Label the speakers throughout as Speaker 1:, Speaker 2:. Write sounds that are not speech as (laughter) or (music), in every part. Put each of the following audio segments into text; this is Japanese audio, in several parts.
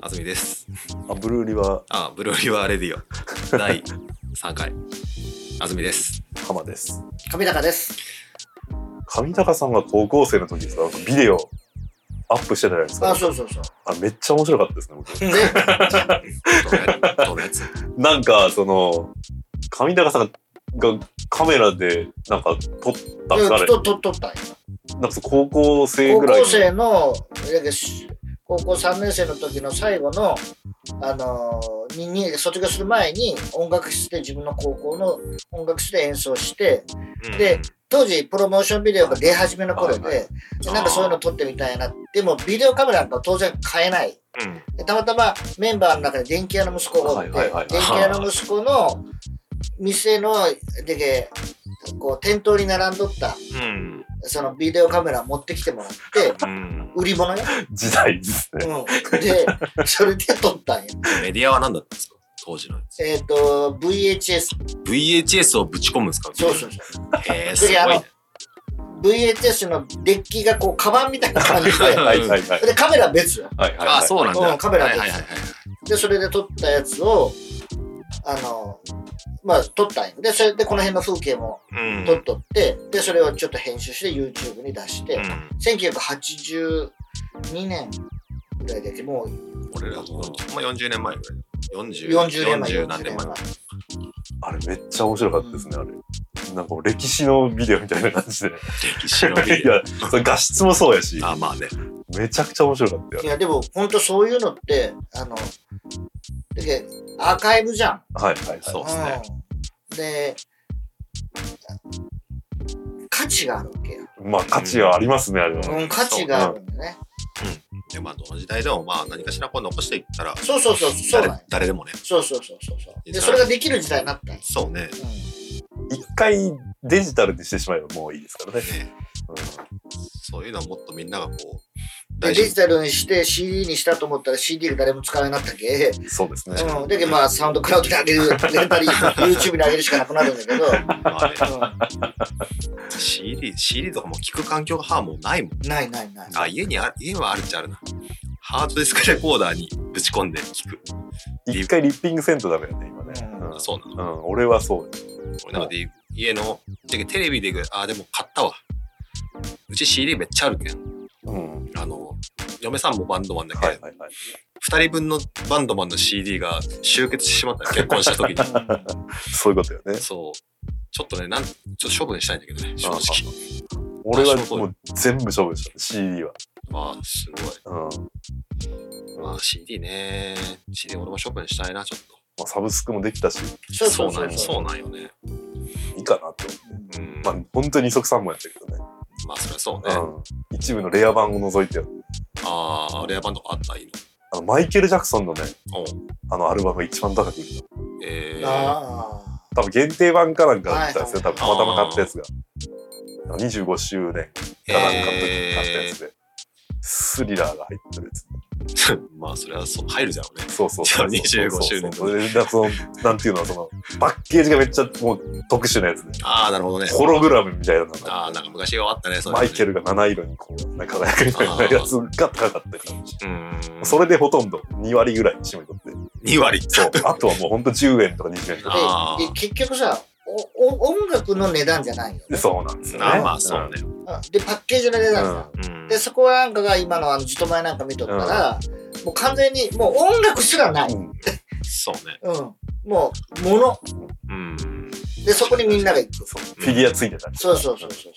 Speaker 1: あずみです。
Speaker 2: あブルーリは
Speaker 1: あ、ブルーリワーレディオ第3回。あずみです。
Speaker 2: 浜です
Speaker 3: 上高です。
Speaker 2: 上高さんが高校生の時ですかビデオアップしてたじゃないですか
Speaker 3: あ、そうそうそう。
Speaker 2: あめっちゃ面白かったですね僕 (laughs)
Speaker 3: ね、
Speaker 1: どのやつ
Speaker 2: なんかその上高さんがカメラでなんか撮った
Speaker 3: うん
Speaker 2: か
Speaker 3: とととったんや。
Speaker 2: なんかその高校生
Speaker 3: 高
Speaker 2: ぐらい
Speaker 3: 校
Speaker 2: の
Speaker 3: 生のだけどし高校3年生の時の最後の、あのーにに卒業する前に音楽室で自分の高校の音楽室で演奏してで、当時プロモーションビデオが出始めの頃で,、
Speaker 2: はいは
Speaker 3: でなんかそういうの撮ってみたいなでもビデオカメラなんか当然買えない
Speaker 1: うんうん
Speaker 3: でたまたまメンバーの中で電気屋の息子がおって、
Speaker 2: はいはいはい
Speaker 3: 電気屋の息子の店のでけこう店頭に並んどった
Speaker 1: うん
Speaker 3: そのビデオカメラ持ってきてもらって
Speaker 1: うん
Speaker 3: 売り物よ、
Speaker 2: 時代ですね、
Speaker 3: うん、でそれで撮ったんや
Speaker 1: メディアは何だったんですか当時のやつ。
Speaker 3: えっ、と VHS
Speaker 1: VHS をぶち込むんですか
Speaker 3: そうそうそう
Speaker 1: へえ、すごいね。
Speaker 3: VHS のデッキがこうカバンみたいな感じ
Speaker 1: はい
Speaker 3: で
Speaker 2: はいはいはい
Speaker 3: でカメラ別よ
Speaker 2: はいはい
Speaker 1: あ、
Speaker 2: はい
Speaker 1: そうなん
Speaker 3: う
Speaker 1: だ。
Speaker 3: んカメラ
Speaker 1: は
Speaker 3: で
Speaker 1: いはいはいはい。
Speaker 3: でそれで撮ったやつをあのまあ撮ったんやでそれでこの辺の風景も
Speaker 1: うん
Speaker 3: 撮っとってでそれをちょっと編集して YouTube に出して、
Speaker 1: うん
Speaker 3: 1982年ぐらいだけどもう
Speaker 1: 俺らと40まあ40年前ぐらい。40
Speaker 3: 40年前
Speaker 1: 40
Speaker 3: 40
Speaker 1: 何年
Speaker 3: 年
Speaker 1: 前
Speaker 3: 前。
Speaker 2: あれめっちゃ面白かったですねあれなんかもう歴史のビデオみたいな感じで
Speaker 1: 歴史のビデ
Speaker 2: いやそれ画質もそうやし
Speaker 1: オ。あ、まあね。
Speaker 2: めちゃくちゃ面白かったよ
Speaker 3: いやでも本当そういうのってあのだけアーカイブじゃん。
Speaker 2: はいはいはい
Speaker 1: そうっすね
Speaker 3: うん、で価値があるわけよ。
Speaker 2: まあ価値はありますねあれ
Speaker 1: うん
Speaker 2: は
Speaker 3: うん、価値があるんだね。
Speaker 1: で、まあ、どの時代でも、まあ、何かしらこう残していったら、
Speaker 3: そうそうそうそう
Speaker 1: 誰
Speaker 3: なんよ。
Speaker 1: 誰でもね。
Speaker 3: そうそうそうそうそう。でそれができる時代になったんよ
Speaker 1: そうね。
Speaker 2: 一回デジタルにしてしまえばもういいですからね
Speaker 1: ね
Speaker 2: うん
Speaker 1: そういうのはもっとみんながこう、
Speaker 3: うんで
Speaker 1: 大
Speaker 3: デジ
Speaker 1: 事
Speaker 3: タルにして CD にしたと思ったら CD が誰も使わなくなったけ。
Speaker 2: そうですね。
Speaker 3: うん、だけどまあサウンドクラウドに上げる、レンタリー、YouTube に上げるしかなくなるんだけど、
Speaker 1: に、まあね、
Speaker 3: う
Speaker 1: CD、CD とかも聞く環境がはあもうないもん。
Speaker 3: ん、ないないない。
Speaker 1: あ、家にある、家はあるっちゃあるな。ハードディスクレコーダーにぶち込んで聞く。
Speaker 2: 一回リッピングせんとダメだね、今ね。
Speaker 3: うん
Speaker 2: うん
Speaker 1: そうなの。
Speaker 2: うん、俺はそう。
Speaker 1: 俺なんかで、家の、てかテレビでぐ、あ、でも買ったわ。うち CD めっちゃあるけん。
Speaker 2: うん。
Speaker 1: あの、嫁さんもバンドマンだけ
Speaker 2: はい
Speaker 1: ど、
Speaker 2: はいはい。
Speaker 1: 二、人分のバンドマンの CD が集結してしまったの結婚した時に。
Speaker 2: (laughs) そういうことよね。
Speaker 1: そう。ちょっとね、なん、ちょっと処分したいんだけどね、正直。
Speaker 2: 俺は
Speaker 1: そう
Speaker 2: もう全部処分した、CD は。
Speaker 1: ああ、すごい。
Speaker 2: うん。ま
Speaker 1: まあ CD ね。CD 俺も処分したいな、ちょっと。
Speaker 2: あ、サブスクもできたし、
Speaker 3: そうそう
Speaker 1: な
Speaker 3: そ
Speaker 1: ん
Speaker 3: う
Speaker 1: よ
Speaker 3: そ
Speaker 1: そうなんよね。
Speaker 2: いいかなって。
Speaker 1: う
Speaker 3: う。
Speaker 1: ん、
Speaker 2: ま
Speaker 1: ま
Speaker 2: あ、本当に二足三本やったけどね。
Speaker 1: あ、そりゃそうね。
Speaker 2: うん。一部のレア版を除いて、
Speaker 1: ああ、レアバンドあったらいい
Speaker 2: あの、マイケル・ジャクソンのね、
Speaker 1: の。お
Speaker 2: あの、アルバムが一番高く売れた。
Speaker 1: えー、
Speaker 3: あ
Speaker 2: 多分限定版かなんかだったんですね、多分たまたま買ったやつが。25周年かなんかの時に買ったやつで。スリラーが入ってるやつ。
Speaker 1: まあ、そりゃそう、入るじゃんね。
Speaker 2: そうそうそう。
Speaker 1: じゃあ25周年
Speaker 2: そうそうそうでなんかその、なんていうのは、その、パッケージがめっちゃもう特殊なやつで、
Speaker 1: ああ、なるほどね。
Speaker 2: ホログラムみたいなの
Speaker 1: あ
Speaker 2: が
Speaker 1: あ、なんか昔はあったね、それ、ね。
Speaker 2: マイケ
Speaker 1: ル。
Speaker 2: ルが七色にこう、なんか輝くみたいなやつが高かった感じ。
Speaker 1: うーん。
Speaker 2: それでほとんど2割ぐらい締めとって。
Speaker 1: 2割。
Speaker 2: そう。あとはもうほんと10円とか20円とか。
Speaker 1: あ
Speaker 3: あ。
Speaker 1: ー
Speaker 3: で、で結局さおお、音楽の値段じゃないよね。
Speaker 2: そうなんですよね。
Speaker 1: ああ、まあ、そうね。
Speaker 3: うんで、パッケージの値段じゃん。
Speaker 1: うん。
Speaker 3: で、そこなんかが今のあの、自と前なんか見とったら、もう完全に、もう音楽すらな
Speaker 2: う
Speaker 3: い。
Speaker 2: ん。
Speaker 1: そうね。
Speaker 3: うん。もう、もの。
Speaker 1: うん。
Speaker 3: で、そこにみんなが行く。
Speaker 2: そうフィギュアついてたり。
Speaker 3: そうそうそうそう。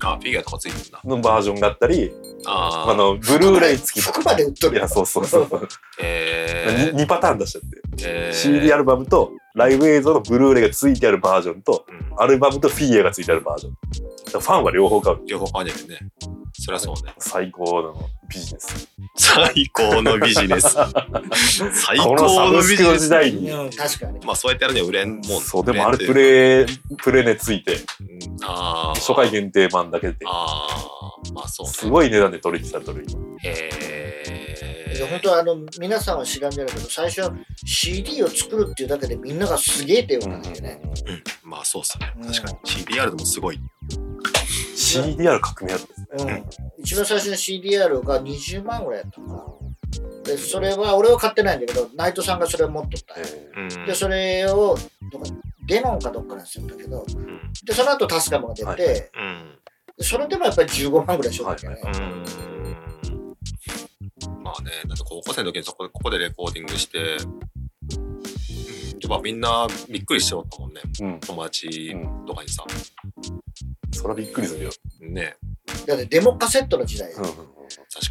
Speaker 1: ああ、フィギュアとかついてるんだ。
Speaker 2: のバージョンがあったり、
Speaker 1: あ
Speaker 2: あ
Speaker 1: あ、
Speaker 2: の、ブルーレイ付きと
Speaker 3: 服
Speaker 2: か。
Speaker 3: まで売っと
Speaker 2: い
Speaker 3: るよ
Speaker 2: や、。そうそうそう。
Speaker 1: (laughs) えー、
Speaker 2: 2パターン出しちゃって。
Speaker 1: えー、
Speaker 2: CD アルバムとライブ映像のブルーレイが付いてあるバージョンと
Speaker 1: うん
Speaker 2: アルバムとフィギュアが付いてあるバージョンだからファンは両方買う
Speaker 1: 両方買わなきゃね。そりゃそうね。
Speaker 2: 最高のビジネス
Speaker 1: 最高のビジネ
Speaker 2: (laughs)
Speaker 1: ス。最
Speaker 2: このサ
Speaker 1: 高の
Speaker 2: ブ
Speaker 1: ビジ
Speaker 2: スク
Speaker 1: ネ
Speaker 2: の
Speaker 1: ス
Speaker 2: 時。代に
Speaker 3: うん、確かに。
Speaker 1: まあそうやってやるには売れんもん。
Speaker 2: そうでもあれプ
Speaker 1: イ。
Speaker 2: レプレネついて
Speaker 1: うんああ。
Speaker 2: 初回限定版だけで
Speaker 1: ああ。まあそうね。
Speaker 2: すごい値段で取引されてる今
Speaker 1: へ
Speaker 3: い
Speaker 1: え。
Speaker 3: や本当はあの皆さんは知らんじゃないけど最初は CD を作るっていうだけでみんながすげえって言われてね、
Speaker 1: うんまあそうっすね
Speaker 3: う。ん
Speaker 1: 確かに。CDR でもすごい。
Speaker 2: CDR 革命やった
Speaker 3: うん一番最初の CDR が20万ぐらいやったのかでそれは俺は買ってないんだけど内藤さんがそれを持っとった、
Speaker 2: え
Speaker 1: うん
Speaker 3: でそれをどこデノンかどっかなんすよだけど
Speaker 1: うん
Speaker 3: でその後タスカムが出て、
Speaker 2: はい
Speaker 3: で
Speaker 1: うん
Speaker 3: それでもやっぱり15万ぐらいしょうね、
Speaker 1: うーんまあね、だって高校生の時にそこでここでレコーディングして、うん、でまあみんなびっくりしておったもんね、
Speaker 2: ーうん、
Speaker 1: 友達とかにさ。
Speaker 2: それはびっくりするよ。
Speaker 1: ね、
Speaker 3: だってデモカセットの時代、
Speaker 2: うんうん
Speaker 1: 確か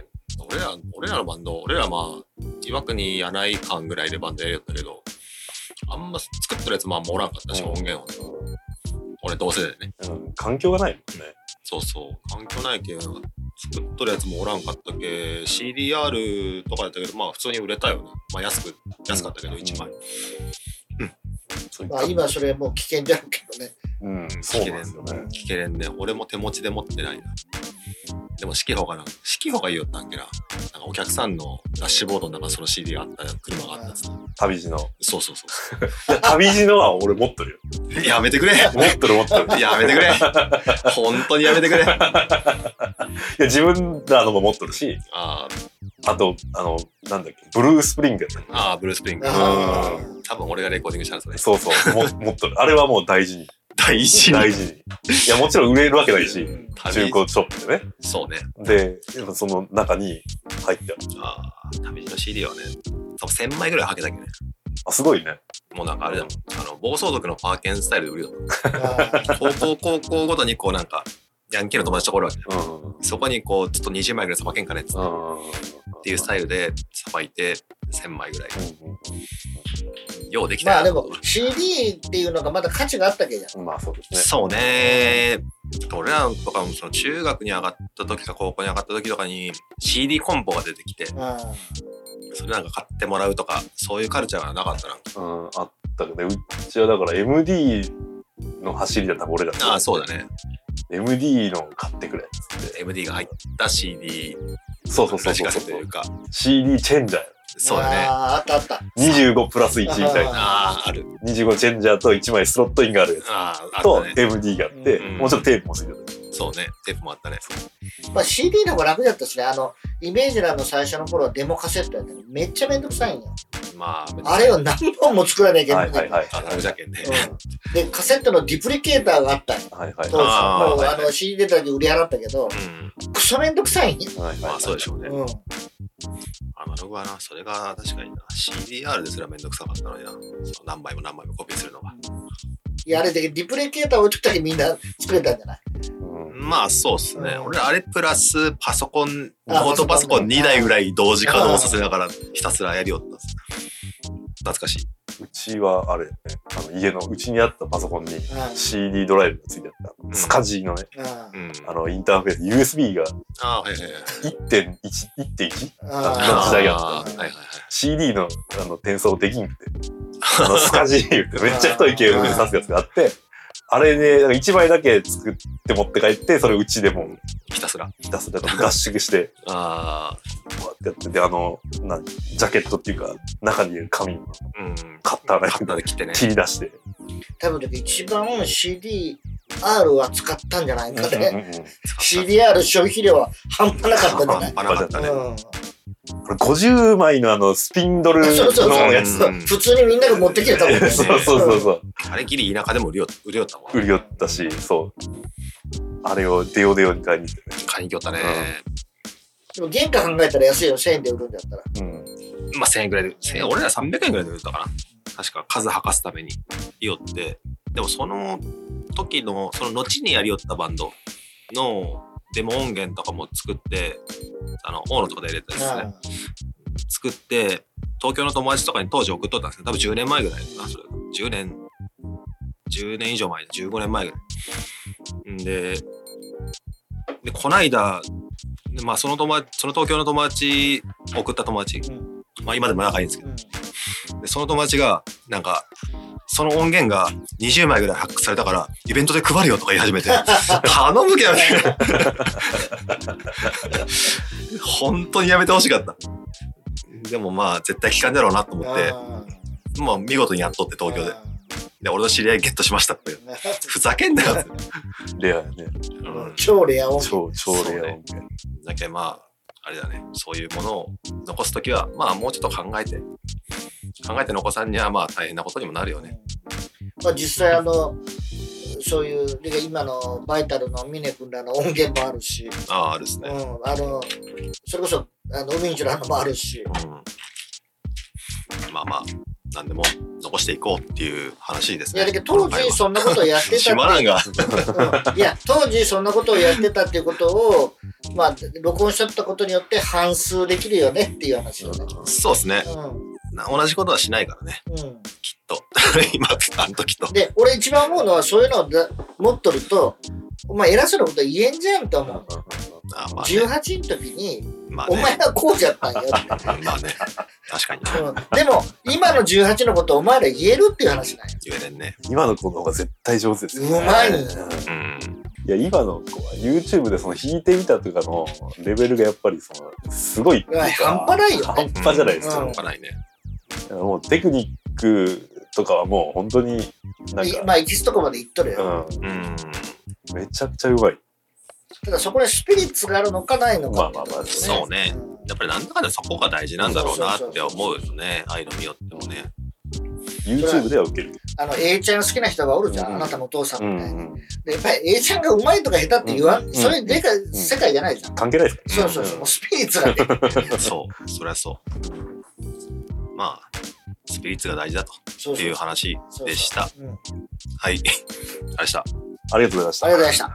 Speaker 1: に。俺ら、俺らのバンド、俺らまあ、岩国やない感ぐらいでバンドやりよったけど、あんま作ってるやつもあんまおらんかったし、
Speaker 2: うん
Speaker 1: 音源を。俺同世代ね。
Speaker 2: うんうん、環境がないもんね。
Speaker 1: そうそう、環境ないけん、作っとるやつもおらんかったけ、CDR とかやったけど、まあ普通に売れたよね。まあ安く、安かったけど、1枚。
Speaker 2: そうい
Speaker 3: まあ、今それもう危険じゃんけどね
Speaker 2: うん、
Speaker 1: 聞
Speaker 2: そう
Speaker 1: け
Speaker 2: なん
Speaker 1: れん
Speaker 2: ですよね。
Speaker 1: 聞けれんね。俺も手持ちで持ってないな。でも、四季がな、四季が言いよったんけな。なんかお客さんのダッシュボードの中、その CD があった、車があったっつって
Speaker 2: 旅路の。い
Speaker 1: そうそうそう (laughs) そ
Speaker 2: や、旅路のは俺持ってるよ。
Speaker 1: う。やめてくれ
Speaker 2: 持ってる持ってる。い
Speaker 1: やめてく
Speaker 3: (laughs)
Speaker 1: れ本当にやめてくれあ
Speaker 2: や、自分らのも持ってるし、
Speaker 1: あー、
Speaker 2: あと、あの、なんだっけ、ブルースプリングやったっ
Speaker 1: あーブルース・プリング。
Speaker 3: あー
Speaker 1: 多分俺がレコーディングしたんですね
Speaker 2: け。。そうそう、
Speaker 1: (laughs)
Speaker 2: も持ってる。あれはもう大事に。
Speaker 1: 大事な
Speaker 2: 大事に。いや、もちろん売れるわけ
Speaker 1: (laughs)
Speaker 2: ないし、中
Speaker 1: 旅。
Speaker 2: 古ショップでね。
Speaker 1: そうね。
Speaker 2: で、やっぱその中に入ってある。
Speaker 1: ああ、旅路の CD はね、多分1000枚ぐらいはけたけどね。
Speaker 2: あ、すごいね。
Speaker 1: もうなんかあれだもん。あの、暴走族のパーケンスタイルで売るよ。
Speaker 3: あー
Speaker 1: 高校、高校ごとにこうなんか、ヤンキーの友達ところわけじゃん
Speaker 2: うんうん
Speaker 1: そこにこう、ちょっと20枚ぐらいさばけんかねっつって
Speaker 2: うん。
Speaker 1: っていうスタイルでさばいて、1000枚ぐらい。ようできたよ
Speaker 3: まあでも CD っていうのがまだ価値があったわけじゃん
Speaker 2: うん。まあそうです
Speaker 1: そうね。俺らとかもその中学に上がった時か高校に上がった時とかに CD コンボが出てきて、
Speaker 3: あ
Speaker 1: それなんか買ってもらうとか、そういうカルチャーがなかったな。
Speaker 2: ね。うん、あったけど、うちはだから MD の走りだったら俺だ
Speaker 1: ああ、そうだね。
Speaker 2: MD の買ってくれっつって
Speaker 1: MD が入った CD、
Speaker 2: そうそうそ
Speaker 1: ラ
Speaker 2: う
Speaker 1: ジ
Speaker 2: そ
Speaker 1: カ
Speaker 2: う
Speaker 1: セと
Speaker 2: そ
Speaker 1: いううか、
Speaker 2: CD チェンジャー
Speaker 1: そうだね。
Speaker 3: あーあったあった
Speaker 2: 25プラス1みたいな
Speaker 1: ああ、ある。
Speaker 2: 25チェンジャーと1枚スロットインがあるやつ
Speaker 1: ああ、あ
Speaker 2: と
Speaker 1: ったね。
Speaker 2: MD があって、
Speaker 1: うん
Speaker 2: もうちょっとテープもついてる
Speaker 1: そうね。テープもあったね。
Speaker 3: まあ、CD の方が楽だったしね、あの、イメージラの最初の頃はデモカセットやったのにめっちゃめんどくさいんよ。
Speaker 1: まあ、
Speaker 3: あれを何本も作らなきゃ
Speaker 2: はいい
Speaker 3: けな
Speaker 2: はいい。はい
Speaker 1: アナログじゃけんね。
Speaker 3: うんで、カセットのデュプリケーターがあったんよ。
Speaker 2: はいはい
Speaker 3: 当時、もう
Speaker 1: あーはい
Speaker 3: あの CD データで売り払ったけど、
Speaker 1: うん。
Speaker 3: クソめんどくさいんよ。
Speaker 2: はい
Speaker 1: まあ、そうで
Speaker 2: し
Speaker 1: しょうね。
Speaker 3: うん、
Speaker 1: アナログはな、それが確かにな、CDR ですらめんどくさかったのにな、その何枚も何枚もコピーするのが。
Speaker 3: いや、あれでデュプリケーター置いとったりみんな作れたんじゃない
Speaker 2: ょ
Speaker 1: まあそうっすね。
Speaker 3: うん
Speaker 1: 俺、あれプラスパソコン、
Speaker 3: あ
Speaker 1: ノートパソコン
Speaker 3: パソコンね
Speaker 1: 2台ぐらい同時稼働させながらひたすらやりよったっす。懐かしい。
Speaker 2: うちはあれねあの家のうちにあったパソコンに
Speaker 3: うん
Speaker 2: CD ドライブがついてあったスカジーのね
Speaker 3: う
Speaker 1: う
Speaker 3: ん
Speaker 1: ん。
Speaker 2: あのインターフェース USB が
Speaker 1: あはいはいはい。
Speaker 2: 1.1.1
Speaker 3: あ
Speaker 2: 時代やった
Speaker 1: あーはいはいはい。
Speaker 2: CD のあの転送できんくて、あのスカジー言ってめっちゃ太いケーブルで刺すやつがあって、あれで、なんか1枚だけ作って持って帰って、それうちでもう
Speaker 1: ひたすら。
Speaker 2: ひたすら合宿して、
Speaker 1: あ
Speaker 2: こうやってやって、で、あの、何、ジャケットっていうか、中にいる紙を
Speaker 1: あ、うん。
Speaker 2: カッター
Speaker 1: カッターで
Speaker 2: で
Speaker 1: 切ってね。
Speaker 2: 切り出して、
Speaker 3: 多分だけど一番 CDR は使ったんじゃないか
Speaker 2: うん
Speaker 3: ね。
Speaker 2: うんうん
Speaker 3: CDR 消費量は半端なかったんじゃな
Speaker 1: 半
Speaker 3: い
Speaker 1: 端なかったね。
Speaker 3: うん
Speaker 2: これ50枚のあの、スピンドルのやつ。
Speaker 3: そうそうそう
Speaker 1: やつ
Speaker 3: そう普通にみんなが持ってきて
Speaker 1: (laughs)
Speaker 3: たもんね。
Speaker 2: そうそうそうそう。
Speaker 1: あれギリ田舎でも売りよ売りよったもん。
Speaker 2: 売り寄ったし、そう。あれをデオデオに買いに行ってね。
Speaker 1: 買いに行きよったね。
Speaker 3: でも原価考えたら安いよ、1000円で売るんだったら。
Speaker 2: うん。
Speaker 1: まあ1000円ぐらいで、1000円俺ら300円ぐらいで売ったかな。確か数履かすためによって、でもその時の、その後にやりよったバンドのデモ音源とかも作って、あの、大野とかで入れたですね。作って、東京の友達とかに当時送っとったんですけど、多分10年前ぐらいかな、それ。10年、10年以上前、15年前ぐらい。んで、で、こないだ、でまあその友達、その東京の友達、送った友達、
Speaker 3: うん
Speaker 1: まあ今でも仲いいんですけど
Speaker 3: うん
Speaker 1: でその友達がなんかその音源が20枚ぐらい発掘されたからイベントで配るよとか言い始 (laughs) めて頼むけど (laughs) ね本当にやめてほしかったでもまあ絶対聞かんだろうなと思って
Speaker 3: あ
Speaker 1: まあ見事にやっとって
Speaker 3: ー
Speaker 1: 東京で
Speaker 3: あ
Speaker 1: で俺の知り合いゲットしましたって
Speaker 3: ー
Speaker 1: ふざけんなよって、
Speaker 2: レアやね。
Speaker 1: うん
Speaker 3: 超レア音源。
Speaker 2: 超、超レア音源。
Speaker 1: だけどまああれだねそういうものを残す時はまあもうちょっと考えて考えて残さんにはまあ大変なことにもなるよね。
Speaker 3: まあ、実際あのそういうで今のバイタルの峰君らの音源もあるし、
Speaker 1: あああるです
Speaker 3: うん、
Speaker 1: ね。
Speaker 3: あのそれこそあの海にちらのもあるし、
Speaker 1: うん、まあまあ何でも残していこうっていう話です
Speaker 3: い
Speaker 1: ね。
Speaker 3: やだけど当時そんなことをやってたって
Speaker 1: シマランが
Speaker 3: うんいや当時そんなことをやってたっていうことをまあ録音しちゃったことによって反数できるよねっていう話よね。
Speaker 1: そうですね
Speaker 3: うん
Speaker 1: な同じことはしないからね (laughs)
Speaker 3: うん、
Speaker 1: きっと今あの時と
Speaker 3: で俺一番思うのはそういうのをだ持っとるとお前偉そうなこと言えんじゃんと思う。
Speaker 1: あまあね
Speaker 3: 18の時に、
Speaker 1: まあ
Speaker 3: お
Speaker 1: ね
Speaker 3: 前はこうじゃったんよって。
Speaker 1: まあね確かにね
Speaker 3: うんでも、今の18のことお前ら言えるっていう話なんよ。
Speaker 1: 言えねんね
Speaker 2: 今の子の方が絶対上手ですよ、
Speaker 3: うまい
Speaker 2: うん
Speaker 3: よ
Speaker 1: うん
Speaker 2: いや今の子は YouTube でその弾いてみたとかのレベルがやっぱりそのすごいっていう
Speaker 3: うわ
Speaker 2: か
Speaker 3: 半端ないよ
Speaker 2: 半
Speaker 3: ね。
Speaker 2: 端じゃないです
Speaker 1: し
Speaker 2: か,、
Speaker 1: ょうがないね
Speaker 2: もうテクニックとかはもう本当になん
Speaker 3: い
Speaker 2: か、
Speaker 3: まあ、行きすとこまで行っとるよ。
Speaker 2: う
Speaker 1: うん
Speaker 2: ん、めちゃくちゃうまい
Speaker 3: ただ、そこにスピリッツがあるのかないのかっていうとこです
Speaker 1: ま
Speaker 3: ね。
Speaker 1: あまあまあやっぱりなんだかんだそこが大事なんだろうなって思うよね愛の実よってもね
Speaker 2: YouTube では受ける、
Speaker 3: あの、A ちゃん好きな人がおるじゃん。
Speaker 2: うん
Speaker 3: あなたのお父さん
Speaker 2: う
Speaker 3: み
Speaker 2: ん
Speaker 3: たいな。
Speaker 2: うん
Speaker 3: で、やっぱり A ちゃんがうまいとか下手って言わん。
Speaker 2: うん
Speaker 3: それでかい世界じゃないじゃん。
Speaker 2: 関係ないですか
Speaker 3: そうそうそう。もうスピリッツがね。
Speaker 1: そうそりゃそうまあスピリッツが大事だと
Speaker 3: そう
Speaker 1: って
Speaker 3: そ
Speaker 1: いうう
Speaker 3: そう。
Speaker 1: 話でした
Speaker 3: うんあり
Speaker 1: はいあれでした
Speaker 2: ありがとうございました
Speaker 3: がとうございました。